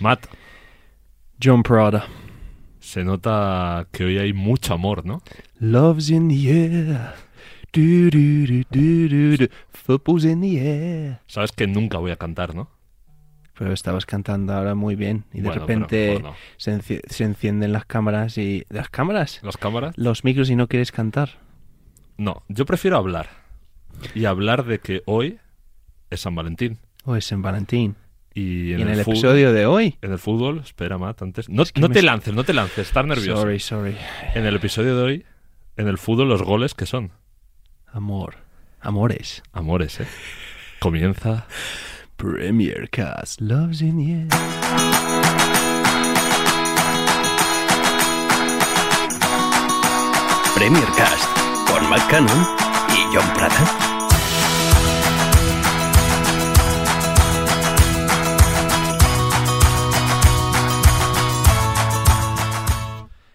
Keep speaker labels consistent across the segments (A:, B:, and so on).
A: Matt,
B: John Prada.
A: se nota que hoy hay mucho amor, ¿no?
B: Love's in the air. Du, du, du, du, du, du. Football's in the air.
A: Sabes que nunca voy a cantar, ¿no?
B: Pero estabas cantando ahora muy bien y de
A: Bueno, pero
B: repente
A: mejor no.
B: se, enci- se encienden las cámaras y... ¿Las cámaras?
A: ¿Las cámaras?
B: Los micros y no quieres cantar.
A: No, yo prefiero hablar. Y hablar de que hoy es San Valentín.
B: O Oh, es en Valentín.
A: Y
B: Y
A: en,
B: en, el,
A: fu-
B: episodio de hoy...
A: En el fútbol, espera, Matt, antes. No,
B: que
A: no
B: me
A: te
B: es-
A: lances, no te lances, estás nervioso.
B: Sorry, sorry.
A: En el episodio de hoy, en el fútbol, los goles que son.
B: Amor. Amores.
A: Amores, ¿eh? Comienza.
B: Premier Cast. Love's in the air.
C: Premier Cast con Matt Cannon y John Prada.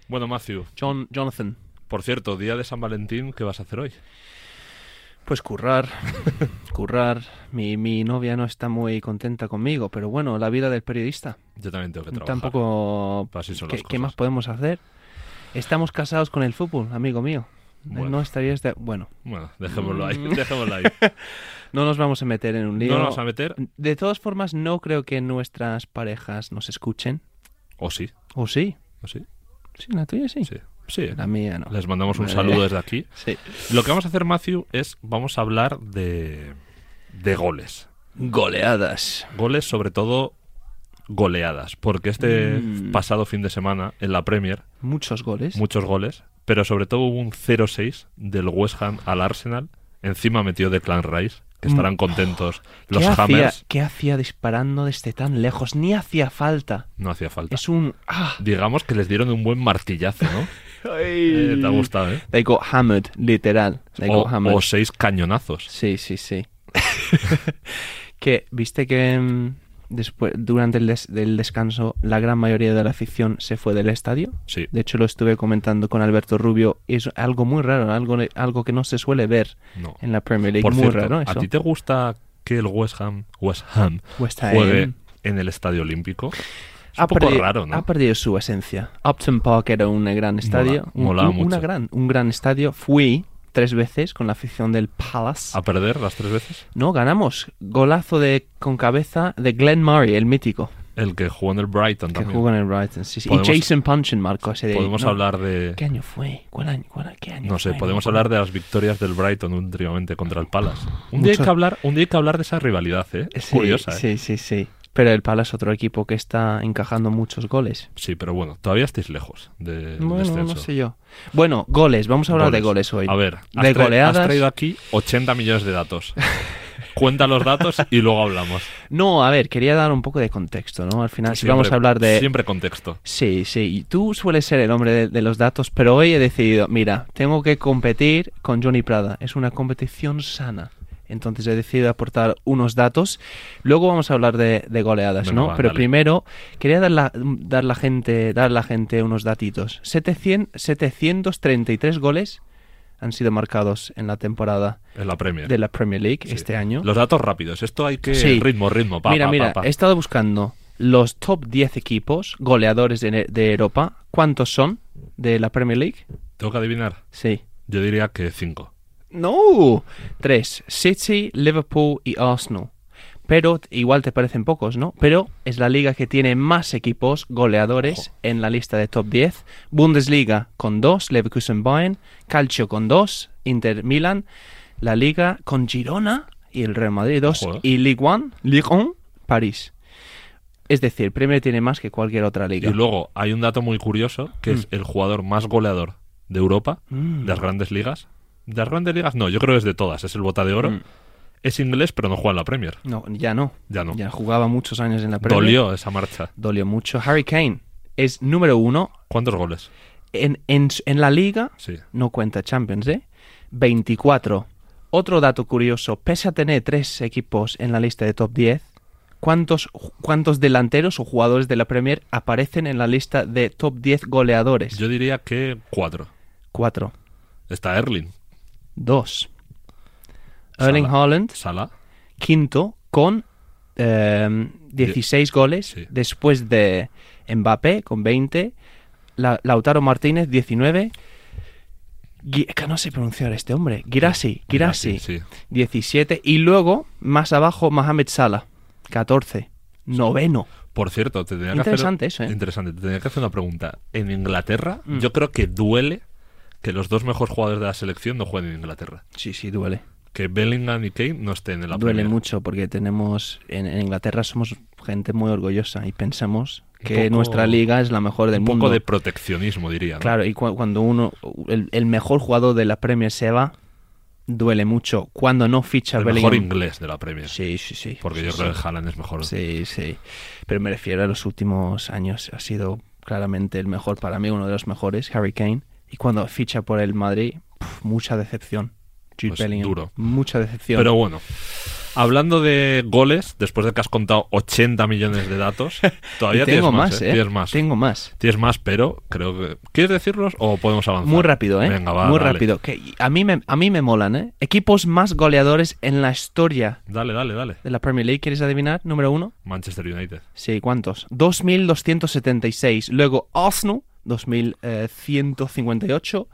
A: Bueno, Matthew,
B: John, Jonathan.
A: por cierto, día de San Valentín, ¿qué vas a hacer hoy?
B: Pues currar, currar. Mi, mi novia no está muy contenta conmigo, pero bueno, la vida del periodista.
A: Yo también tengo que trabajar.
B: Tampoco...
A: Así son
B: ¿qué,
A: las
B: qué
A: cosas.
B: más podemos hacer? Estamos casados con el fútbol, amigo mío.
A: Bueno.
B: No estarías de... Bueno,
A: Bueno, dejémoslo ahí,
B: Mm.
A: dejémoslo ahí.
B: no nos vamos a meter en un lío.
A: No nos vamos a meter,
B: De todas formas, no creo que nuestras parejas nos escuchen.
A: o sí,
B: ¿O sí?
A: o sí,
B: Sí, la tuya sí.
A: sí, sí.
B: La Eh. mía no.
A: Les mandamos un
B: Vale.
A: saludo desde aquí.
B: Sí.
A: Lo que vamos a hacer, Matthew, es vamos a hablar de, de goles.
B: Goleadas.
A: Goles, sobre todo goleadas, porque este
B: Mm.
A: pasado fin de semana en la Premier,
B: Muchos goles.
A: muchos goles, pero sobre todo hubo un 0-6 del West Ham al Arsenal. Encima metió de Clan Rice, que
B: Mm.
A: estarán contentos. Los
B: ¿Qué
A: Hammers
B: Hacía, ¿Qué hacía disparando desde tan lejos? Ni hacía falta.
A: no hacía falta.
B: Es un... ¡Ah!
A: Digamos que les dieron un buen martillazo, ¿no? Eh, te ha gustado, ¿eh?
B: They got hammered, literal. They
A: O,
B: got hammered.
A: o seis cañonazos.
B: Sí, sí, sí. que viste que mm, después, durante el des- del descanso la gran mayoría de la afición se fue del estadio.
A: Sí.
B: De hecho, lo estuve comentando con Alberto Rubio. y Es algo muy raro, algo, algo que no se suele ver
A: No.
B: en la Premier League.
A: Por
B: muy
A: cierto,
B: raro
A: ¿a
B: eso.
A: ti te gusta que el West Ham, West Ham
B: West Ham
A: juegue en el Estadio Olímpico? Es un poco
B: perdi-
A: raro, ¿no?
B: Eh. ha perdido su esencia. Upton Park era un gran estadio. un-
A: molaba
B: un, una
A: mucho.
B: gran, un gran estadio. Fui tres veces con la afición del Palace.
A: ¿A perder las tres veces?
B: No, ganamos. Golazo de con cabeza de Glenn Murray, el mítico,
A: El que jugó en el Brighton
B: que
A: también.
B: jugó en el Brighton. sí, sí. Y
A: Podemos-
B: Jason Punchin marcó ese de
A: Podemos
B: no,
A: hablar de...
B: ¿Qué año fue? ¿Cuál año? ¿Cuál- ¿Qué año?
A: No sé,
B: fue?
A: podemos hablar de las victorias del Brighton últimamente contra el Palace. Un día, hay
B: Mucho-
A: que hablar, un día hay que hablar de esa rivalidad, ¿eh? Es
B: Sí,
A: curiosa, ¿eh?
B: Sí, sí, sí. Pero el Palace es otro equipo que está encajando muchos goles.
A: Sí, pero bueno, todavía estáis lejos de- del
B: Bueno,
A: descenso.
B: no sé yo. Bueno, goles. Vamos a hablar de goles hoy.
A: A ver, has,
B: De
A: tra- has
B: goleadas.
A: traído aquí 80 millones de datos. Cuenta los datos y luego hablamos.
B: No, a ver, quería dar un poco de contexto, ¿no? Al final, si
A: Siempre-
B: vamos a hablar de...
A: Siempre contexto.
B: Sí, sí. Y Tú sueles ser el hombre de, de los datos, pero hoy he decidido, mira, tengo que competir con Johnny Prada. Es una competición sana. Entonces he decidido aportar unos datos. Luego vamos a hablar de, de goleadas,
A: Venga,
B: ¿no?
A: va,
B: pero
A: dale.
B: primero quería dar la, dar la gente, dar la gente unos datitos. 700, 733 goles han sido marcados en la temporada
A: En la Premier.
B: de la Premier League
A: Sí.
B: este año.
A: Los datos rápidos. Esto hay que.
B: Sí.
A: Ritmo, ritmo. Pa,
B: mira,
A: pa, pa,
B: mira,
A: pa.
B: he estado buscando los top 10 equipos goleadores de, de Europa. ¿Cuántos son de la Premier League?
A: Tengo que adivinar.
B: Sí.
A: Yo diría que 5.
B: No. Tres. City, Liverpool y Arsenal. Pero igual te parecen pocos, ¿no? Pero es la liga que tiene más equipos goleadores en la lista de top 10. Bundesliga con dos, Leverkusen Bayern, Calcio con dos, Inter Milan, la liga con Girona y el Real Madrid dos,
A: Joder.
B: y Ligue 1, Ligue 1, París. Es decir, Premier tiene más que cualquier otra liga.
A: Y luego hay un dato muy curioso que es el jugador más goleador de Europa,
B: Mm.
A: de las grandes ligas. De las grandes ligas, no, yo creo que es de todas. Es el bota de oro.
B: Mm.
A: Es inglés, pero no juega en la Premier.
B: No, ya no.
A: Ya no.
B: Ya jugaba muchos años en la Premier.
A: Dolió esa marcha.
B: dolió mucho. Harry Kane es número uno
A: ¿Cuántos goles?
B: en, en, en la liga,
A: Sí.
B: no cuenta Champions, ¿eh? 24. Otro dato curioso, pese a tener tres equipos en la lista de top 10, ¿cuántos, ju- cuántos delanteros o jugadores de la Premier aparecen en la lista de top 10 goleadores?
A: Yo diría que 4.
B: Cuatro.
A: Está Erling.
B: Dos.
A: Salah.
B: Erling Haaland,
A: Sala.
B: quinto, con eh, 16 goles
A: Sí.
B: después de Mbappé con 20, La- Lautaro Martínez 19, Gui- es que no sé pronunciar este hombre, Girassi, Girassi,
A: Sí.
B: 17 y luego más abajo Mohamed Salah 14, noveno.
A: Por cierto, te tenía
B: Interesante
A: que
B: eso,
A: hacer,
B: ¿eh?
A: Interesante, te tenía que hacer una pregunta. En Inglaterra,
B: Mm.
A: yo creo que duele que los dos mejores jugadores de la selección no jueguen en Inglaterra.
B: Sí, sí, duele.
A: Que Bellingham y Kane no estén en la
B: Duele
A: Premier.
B: mucho porque tenemos en, en Inglaterra somos gente muy orgullosa y pensamos
A: Un
B: que
A: poco-
B: nuestra liga es la mejor del
A: Un
B: mundo.
A: poco de proteccionismo, diría. ¿no?
B: Claro, y cua- cuando uno el, el mejor jugador de la Premier se va duele mucho cuando no ficha
A: El
B: Bellingham.
A: mejor inglés de la Premier.
B: Sí, sí, sí.
A: Porque
B: Sí,
A: yo
B: sí.
A: creo que Haaland es mejor.
B: Sí, sí. Pero me refiero a los últimos años. Ha sido claramente el mejor para mí, uno de los mejores, Harry Kane. Y cuando ficha por el Madrid, puf, mucha decepción. Jude
A: Pues
B: Bellingham.
A: duro.
B: Mucha decepción.
A: Pero bueno, hablando de goles, después de que has contado 80 millones de datos,
B: Y
A: todavía
B: tengo
A: tienes más, ¿eh? Tienes más.
B: Tengo más.
A: Tienes más, pero creo que... ¿Quieres decirlos o podemos avanzar?
B: Muy rápido, ¿eh?
A: Venga, va,
B: Muy
A: dale.
B: rápido. Que a, mí me, a mí me molan, ¿eh? Equipos más goleadores en la historia
A: Dale, dale, dale.
B: de la Premier League. ¿Quieres adivinar? Número uno.
A: Manchester United.
B: Sí, ¿cuántos? 2.276. Luego Arsenal, eh, 2.158.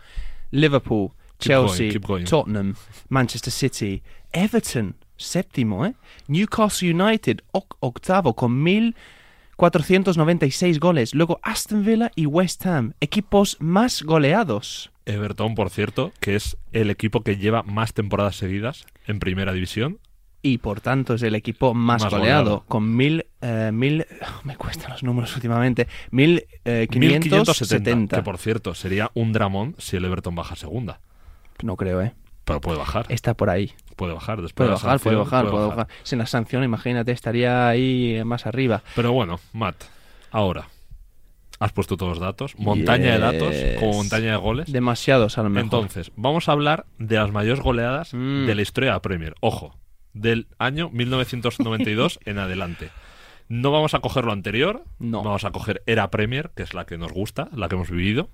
B: Liverpool,
A: Keep
B: Chelsea,
A: going, keep going.
B: Tottenham, Manchester City, Everton, séptimo, ¿eh? Newcastle United, oc- octavo, con 1.496 goles. Luego Aston Villa y West Ham, equipos más goleados.
A: Everton, por cierto, que es el equipo que lleva más temporadas seguidas en primera división.
B: Y por tanto es el equipo más,
A: Más
B: goleado,
A: goleado.
B: con mil, eh, mil, me cuestan los números últimamente, mil eh,
A: 1570.
B: 570.
A: Que por cierto, sería un dramón si el Everton baja segunda.
B: No creo, ¿eh?
A: Pero puede bajar.
B: Está por ahí.
A: Puede bajar. Después
B: Puede
A: de la
B: bajar, puede
A: sanción,
B: bajar, puede bajar. Sin la sanción, imagínate, estaría ahí eh, más arriba.
A: Pero bueno, Matt, ahora. Has puesto todos los datos. Montaña de datos
B: Yes.
A: como montaña de goles.
B: Demasiados a lo mejor.
A: Entonces, vamos a hablar de las mayores goleadas
B: Mm.
A: de la historia de la Premier. Ojo, del año 1992 en adelante. No vamos a coger lo anterior,
B: No.
A: vamos a coger Era Premier, que es la que nos gusta, la que hemos vivido.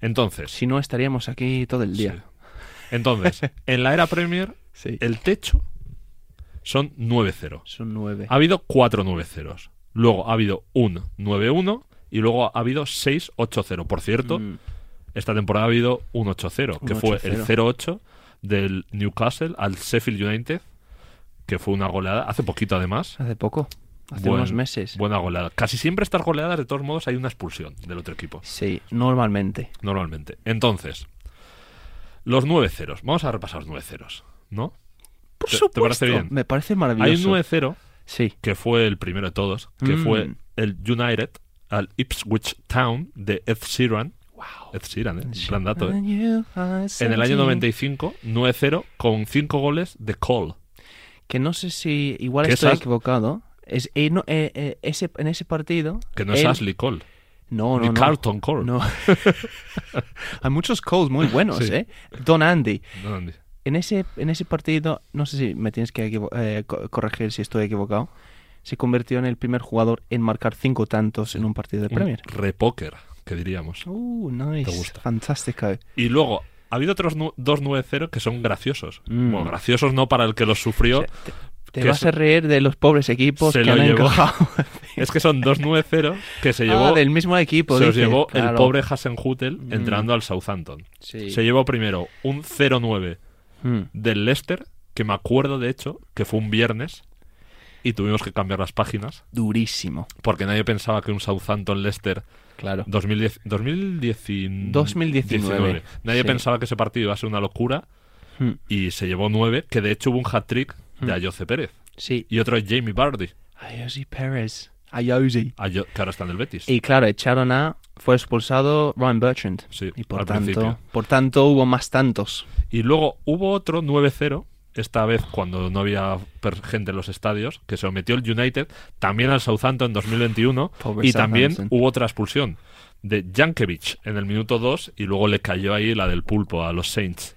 A: Entonces,
B: Si no, estaríamos aquí todo el día.
A: entonces en la Era Premier,
B: Sí.
A: el techo son 9-0.
B: Son nueve.
A: Ha habido 4 9-0. Luego ha habido un 9-1 y luego ha habido 6-8-0. Por cierto,
B: Mm.
A: esta temporada ha habido un 8-0, que
B: Un
A: fue el
B: 8-0.
A: 0-8 del Newcastle al Sheffield United, que fue una goleada hace poquito además.
B: Hace poco. Hace
A: Buen-
B: unos meses.
A: Buena goleada. Casi siempre estas goleadas, de todos modos, hay una expulsión del otro equipo,
B: Sí, normalmente.
A: normalmente. Entonces, los 9-0. Vamos a repasar los 9-0, ¿no?
B: Por
A: ¿Te- te
B: supuesto.
A: parece bien?
B: Me parece
A: Hay un
B: maravilloso.
A: 9-0
B: Sí.
A: que fue el primero de todos, que
B: Mm.
A: fue el United al Ipswich Town de Ed Sheeran. Ed Sheeran, ¿eh? Gran dato, ¿eh? En el año 95, 9-0, con 5 goles de Cole.
B: Que no sé si. Igual
A: Que
B: estoy
A: esas-
B: equivocado. Es, eh, no, eh, eh, ese, en ese partido.
A: Que no es
B: él-
A: Ashley Cole,
B: No,
A: ni
B: no, no.
A: Carlton Cole.
B: No. Hay muchos calls muy buenos,
A: Sí.
B: ¿eh? Don Andy.
A: No, ni-
B: En ese, en ese partido, no sé si me tienes que equivo- eh, co- corregir si estoy equivocado, se convirtió en el primer jugador en marcar cinco tantos en un partido de
A: un
B: Premier.
A: Repóker, que diríamos.
B: Uh, nice.
A: Mm. Te gusta.
B: Fantástico.
A: Y luego, ha habido otros nu- dos 9-0 que son graciosos.
B: Mm.
A: Bueno, graciosos no para el que los sufrió.
B: Te
A: Que
B: vas
A: eso-
B: a reír de los pobres equipos
A: Se
B: que
A: lo
B: han
A: llevó.
B: encajado.
A: Es que son dos 9-0 que se llevó,
B: Ah, del mismo equipo.
A: se los
B: dices,
A: llevó el
B: claro.
A: pobre Hasenhutel
B: Mm.
A: entrando al Southampton.
B: Sí.
A: Se llevó primero un 0-9
B: Mm.
A: del Leicester, que me acuerdo de hecho que fue un viernes y tuvimos que cambiar las páginas
B: Durísimo,
A: porque nadie pensaba que un Southampton-Leicester
B: claro.
A: 2010, 2019.
B: 2019,
A: Nadie
B: sí.
A: pensaba que ese partido iba a ser una locura
B: Mm.
A: y se llevó nueve, que de hecho hubo un hat-trick de
B: Mm.
A: Ayoce Pérez
B: Sí.
A: y otro de Jamie Bardi,
B: Ayosi Pérez. Ayosi.
A: Ayo- que ahora está en el Betis.
B: Y claro, echaron a. Fue expulsado Ryan Bertrand.
A: Sí,
B: y por
A: al
B: tanto,
A: principio.
B: por tanto hubo más tantos.
A: Y luego hubo otro 9-0, esta vez cuando no había per- gente en los estadios, que se lo metió el United, también al Southampton en 2021
B: Pobre
A: y también
B: Southampton.
A: hubo otra expulsión de Jankovic en el minuto 2 y luego le cayó ahí la del pulpo a los Saints.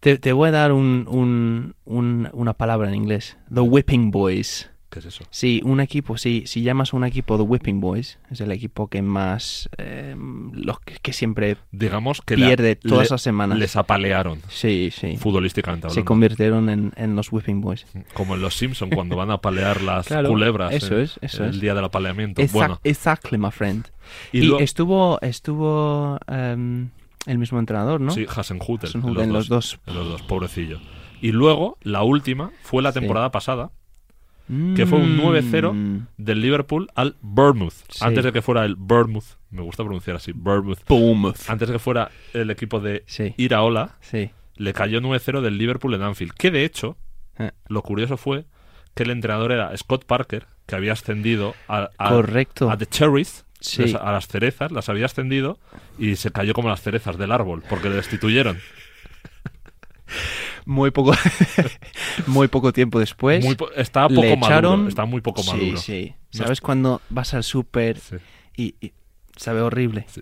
B: Te, te voy a dar un, un- un- una palabra en inglés. The Whipping Boys.
A: ¿Qué es eso?
B: Sí, un equipo, sí, si llamas a un equipo The Whipping Boys, es el equipo que más, eh, los que, que siempre
A: Digamos que la-
B: pierde todas
A: le-
B: las semanas.
A: les apalearon
B: Sí, sí.
A: futbolísticamente
B: Se
A: hablando.
B: convirtieron en, en los Whipping Boys.
A: Como en los Simpsons cuando van a palear las
B: Claro,
A: culebras.
B: eso
A: eh,
B: es, eso
A: El
B: es.
A: día del apaleamiento.
B: Exact-
A: Bueno,
B: Exactly, my friend.
A: y,
B: Y,
A: luego-
B: estuvo, estuvo em, el mismo entrenador, ¿no?
A: Sí, Hasenhutel.
B: Son Houten, los, dos.
A: en los dos, pobrecillo. Y luego, la última fue la
B: Sí.
A: temporada pasada Que fue un 9-0.
B: Mm.
A: del Liverpool al Bournemouth.
B: Sí.
A: Antes de que fuera el Bournemouth, me gusta pronunciar así, Bournemouth. Antes de que fuera el equipo de
B: Sí,
A: Iraola,
B: sí.
A: le cayó 9-0 del Liverpool en Anfield. Que de hecho,
B: Eh.
A: lo curioso fue que el entrenador era Scott Parker, que había ascendido a, a-
B: Correcto.
A: a The Cherries,
B: Sí.
A: les- a las cerezas, las había ascendido y se cayó como las cerezas del árbol, porque le destituyeron.
B: Muy poco, muy poco tiempo después.
A: Muy po- estaba
B: Pues le
A: poco maduro,
B: echaron-
A: estaba muy poco
B: sí,
A: maduro.
B: sí.
A: No
B: ¿Sabes cuando vas al súper
A: Sí.
B: y, y sabe horrible?
A: Sí.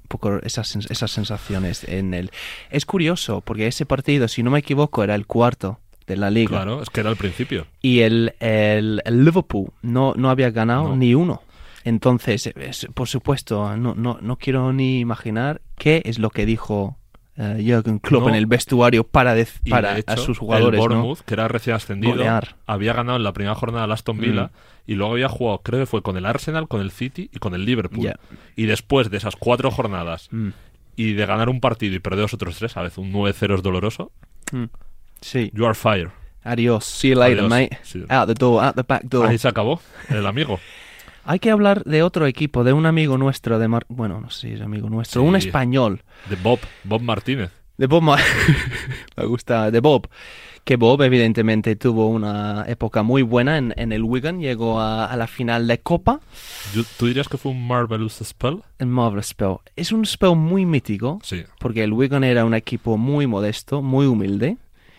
B: Un poco esas, sens- esas sensaciones en el... Es curioso, porque ese partido, si no me equivoco, era el cuarto de la liga.
A: Claro, es que era al principio.
B: y el, el- el Liverpool no, no había ganado
A: No.
B: ni uno. Entonces, eh, es- por supuesto, no, no, no quiero ni imaginar qué es lo que dijo eh, Jürgen Klopp
A: No.
B: en el vestuario para, dec-
A: Y,
B: para
A: de hecho,
B: a sus jugadores.
A: El
B: ¿no?
A: Bournemouth, que era recién ascendido,
B: Golear. Mm.
A: había ganado en la primera jornada al Aston Villa y luego había jugado, creo que fue con el Arsenal, con el City y con el Liverpool.
B: Ya.
A: Y después de esas cuatro jornadas
B: Mm,
A: y de ganar un partido y perder los otros tres, a veces un 9-0 es doloroso,
B: mm. Sí.
A: you are fire.
B: Adiós. See you later,
A: Adiós.
B: mate.
A: Sí.
B: Out the door, out the back door.
A: Ahí se acabó, el amigo.
B: Hay que hablar de otro equipo, de un amigo nuestro, de Mar- bueno, no sé si es amigo nuestro, un
A: Sí.
B: español,
A: De Bob, Bob Martínez.
B: de Bob. Ma- Me gusta, de Bob. Que Bob, evidentemente, tuvo una época muy buena en, en el Wigan, llegó a, a la final de Copa
A: Yo- ¿Tú dirías que fue un Marvelous Spell?
B: en Marvelous Spell. Es un spell muy mítico,
A: Sí,
B: porque el Wigan era un equipo muy modesto, muy humilde.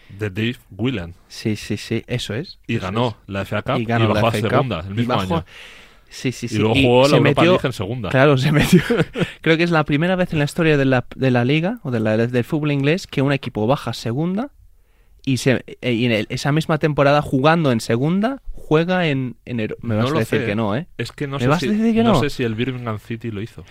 A: de Dave Whelan.
B: Sí, sí, sí, eso es.
A: Y
B: eso
A: ganó
B: es.
A: la FA Cup y,
B: Y ganó la
A: bajó a
B: FA Cup
A: segunda el
B: y
A: mismo
B: bajó-
A: año.
B: Sí, sí, sí.
A: Y luego jugó la
B: se
A: Europa
B: metió-
A: League en segunda.
B: Claro, se metió. Creo que es la primera vez en la historia de la, de la liga o de la- del fútbol inglés que un equipo baja a segunda y, se, eh, y en el- esa misma temporada jugando en segunda juega en... en Euro- me vas
A: No
B: a
A: lo
B: decir
A: sé.
B: que no, ¿eh?
A: Es que no,
B: ¿Me
A: sé
B: vas
A: si,
B: a decir que
A: no
B: no?
A: sé si el Birmingham City lo hizo.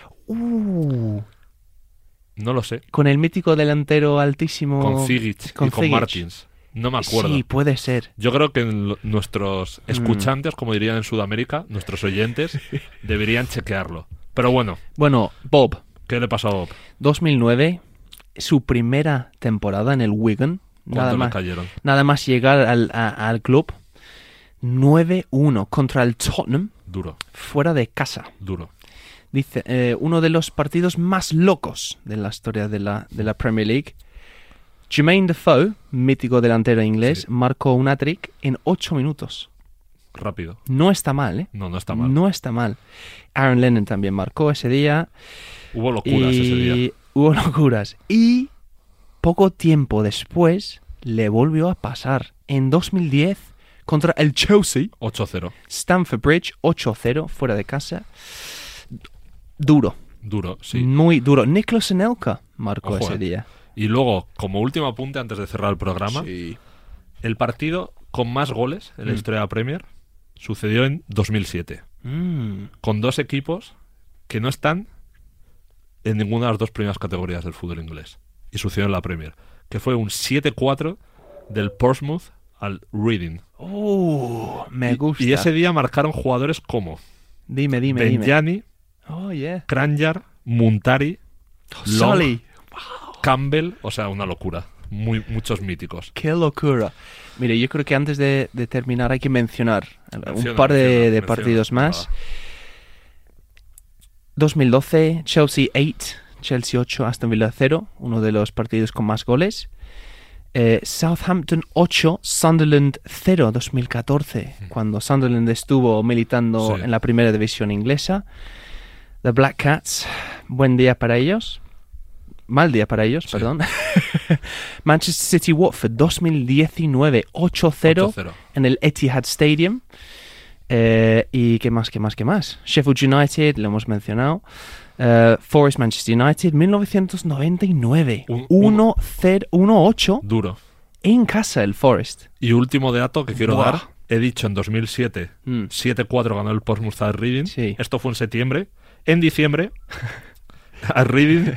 A: No lo sé.
B: con el mítico delantero altísimo...
A: Con Zigic y con
B: Zigic.
A: Martins. No me acuerdo.
B: Sí, Mm. puede ser.
A: Yo creo que en lo- nuestros escuchantes, como dirían en Sudamérica, nuestros oyentes, deberían chequearlo. Pero bueno,
B: Bueno, Bob,
A: ¿qué le pasó a Bob?
B: 2009, su primera temporada en el Wigan. Nada
A: ¿Cuánto le
B: más,
A: cayeron?
B: nada más llegar al, a- al club. 9-1 contra el Tottenham
A: Duro,
B: fuera de casa.
A: duro.
B: Dice, eh, uno de los partidos más locos de la historia de la, de la Premier League. Jermaine Defoe, mítico delantero inglés,
A: Sí.
B: marcó un hat-trick en 8 minutos.
A: Rápido.
B: No está mal, ¿eh?
A: No, no está mal.
B: No está mal. Aaron Lennon también marcó ese día.
A: Hubo locuras
B: y
A: ese día.
B: Hubo locuras. Y poco tiempo después le volvió a pasar. En 2010, contra el Chelsea,
A: 8-0.
B: Stamford Bridge, 8-0, fuera de casa. Duro.
A: Duro, sí.
B: Muy duro. Nicholas Anelka marcó
A: Ojo, eh.
B: ese día.
A: Y luego, como último apunte antes de cerrar el programa, el partido con más goles en la historia de la Premier sucedió en 2007.
B: Mm.
A: con dos equipos que no están en ninguna de las dos primeras categorías del fútbol inglés. Y sucedió en la Premier. Que fue un 7-4 del Portsmouth al Reading.
B: Uh, me
A: Y-
B: gusta.
A: Y, ese día marcaron jugadores como
B: Dime, dime, dime.
A: Benjani,
B: Oh, yeah.
A: Kranjar, Muntari, Long,
B: Sully.
A: Campbell. O sea, una locura. Muy, muchos míticos.
B: Qué locura. Mire, yo creo que antes de, de terminar hay que mencionar
A: Menciona,
B: un par de,
A: menciona,
B: de
A: menciona.
B: partidos más.
A: Ah,
B: 2012, Chelsea 8, Chelsea 8, Aston Villa 0, uno de los partidos con más goles. Eh, Southampton 8, Sunderland 0, 2014, cuando Sunderland estuvo militando
A: Hmm. Sí.
B: en la primera división inglesa. The Black Cats, buen día para ellos. Mal día para ellos, perdón. Manchester City Watford 2019, 8-0
A: 8-0.
B: en el Etihad Stadium. Eh, y qué más, qué más, qué más. Sheffield United, lo hemos mencionado. Eh, Forest Manchester United, 1999.
A: Un-
B: 1-0, 1-8
A: Duro.
B: en casa el Forest.
A: Y último dato que quiero
B: Buah.
A: dar He dicho en 2007,
B: Mm.
A: 7-4 ganó el Portsmouth al Reading.
B: Sí.
A: Esto fue en septiembre. En diciembre, al Reading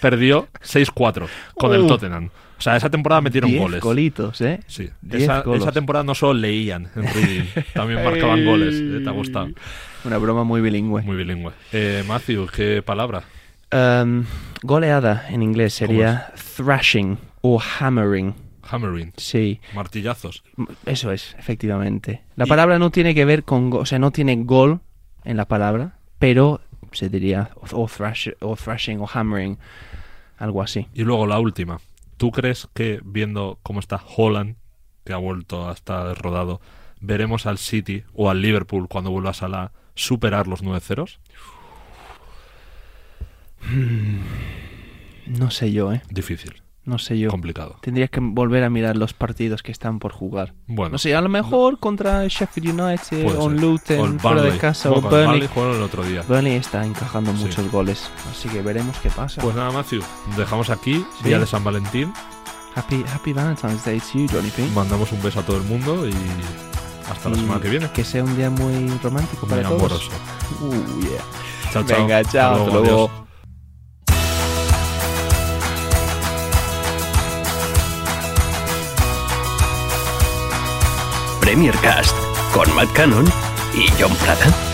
A: perdió 6-4 con el
B: Uh.
A: Tottenham. O sea, esa temporada metieron
B: Diez
A: goles.
B: golitos, ¿eh?
A: Sí.
B: Diez
A: Esa,
B: golos.
A: esa temporada no solo leían en Reading, también marcaban goles. Eh, ¿Te ha gustado?
B: Una broma muy bilingüe.
A: Muy bilingüe. Eh, Matthew, ¿qué palabra?
B: Um, goleada en inglés
A: ¿Cómo
B: sería thrashing o hammering.
A: Hammering.
B: Sí,
A: Martillazos.
B: m- eso es, efectivamente. La
A: Y-
B: palabra no tiene que ver con, go- o sea, no tiene gol en la palabra, pero se diría o, o thrash- o thrashing o hammering, algo así.
A: Y luego la última. ¿Tú crees que viendo cómo está Holland, que ha vuelto a estar rodado, veremos al City o al Liverpool cuando vuelva a Salah superar los 9 ceros? Hmm.
B: No sé yo, ¿eh?
A: Difícil,
B: No sé yo.
A: complicado.
B: Tendrías que volver a mirar los partidos que están por jugar.
A: Bueno,
B: No sé, a lo mejor contra Sheffield United,
A: puede
B: o
A: ser. O el
B: Luton, fuera de
A: Burnley.
B: casa, o
A: Bueno, con el Burnley
B: Burnley.
A: jugaron el otro día.
B: Burnley está encajando
A: Sí.
B: muchos goles, así que veremos qué pasa.
A: Pues nada, Matthew, dejamos aquí,
B: Sí.
A: día de San Valentín.
B: Happy, happy Valentine's Day to you, Johnny P.
A: Mandamos un beso a todo el mundo y hasta la
B: Y
A: semana que viene.
B: Que sea un día muy romántico
A: Muy
B: para todos.
A: amoroso.
B: Uh, yeah.
A: Chao, chao.
B: Venga, chao, hasta luego.
A: adiós.
C: Premier Cast con Matt Cannon y John Prada.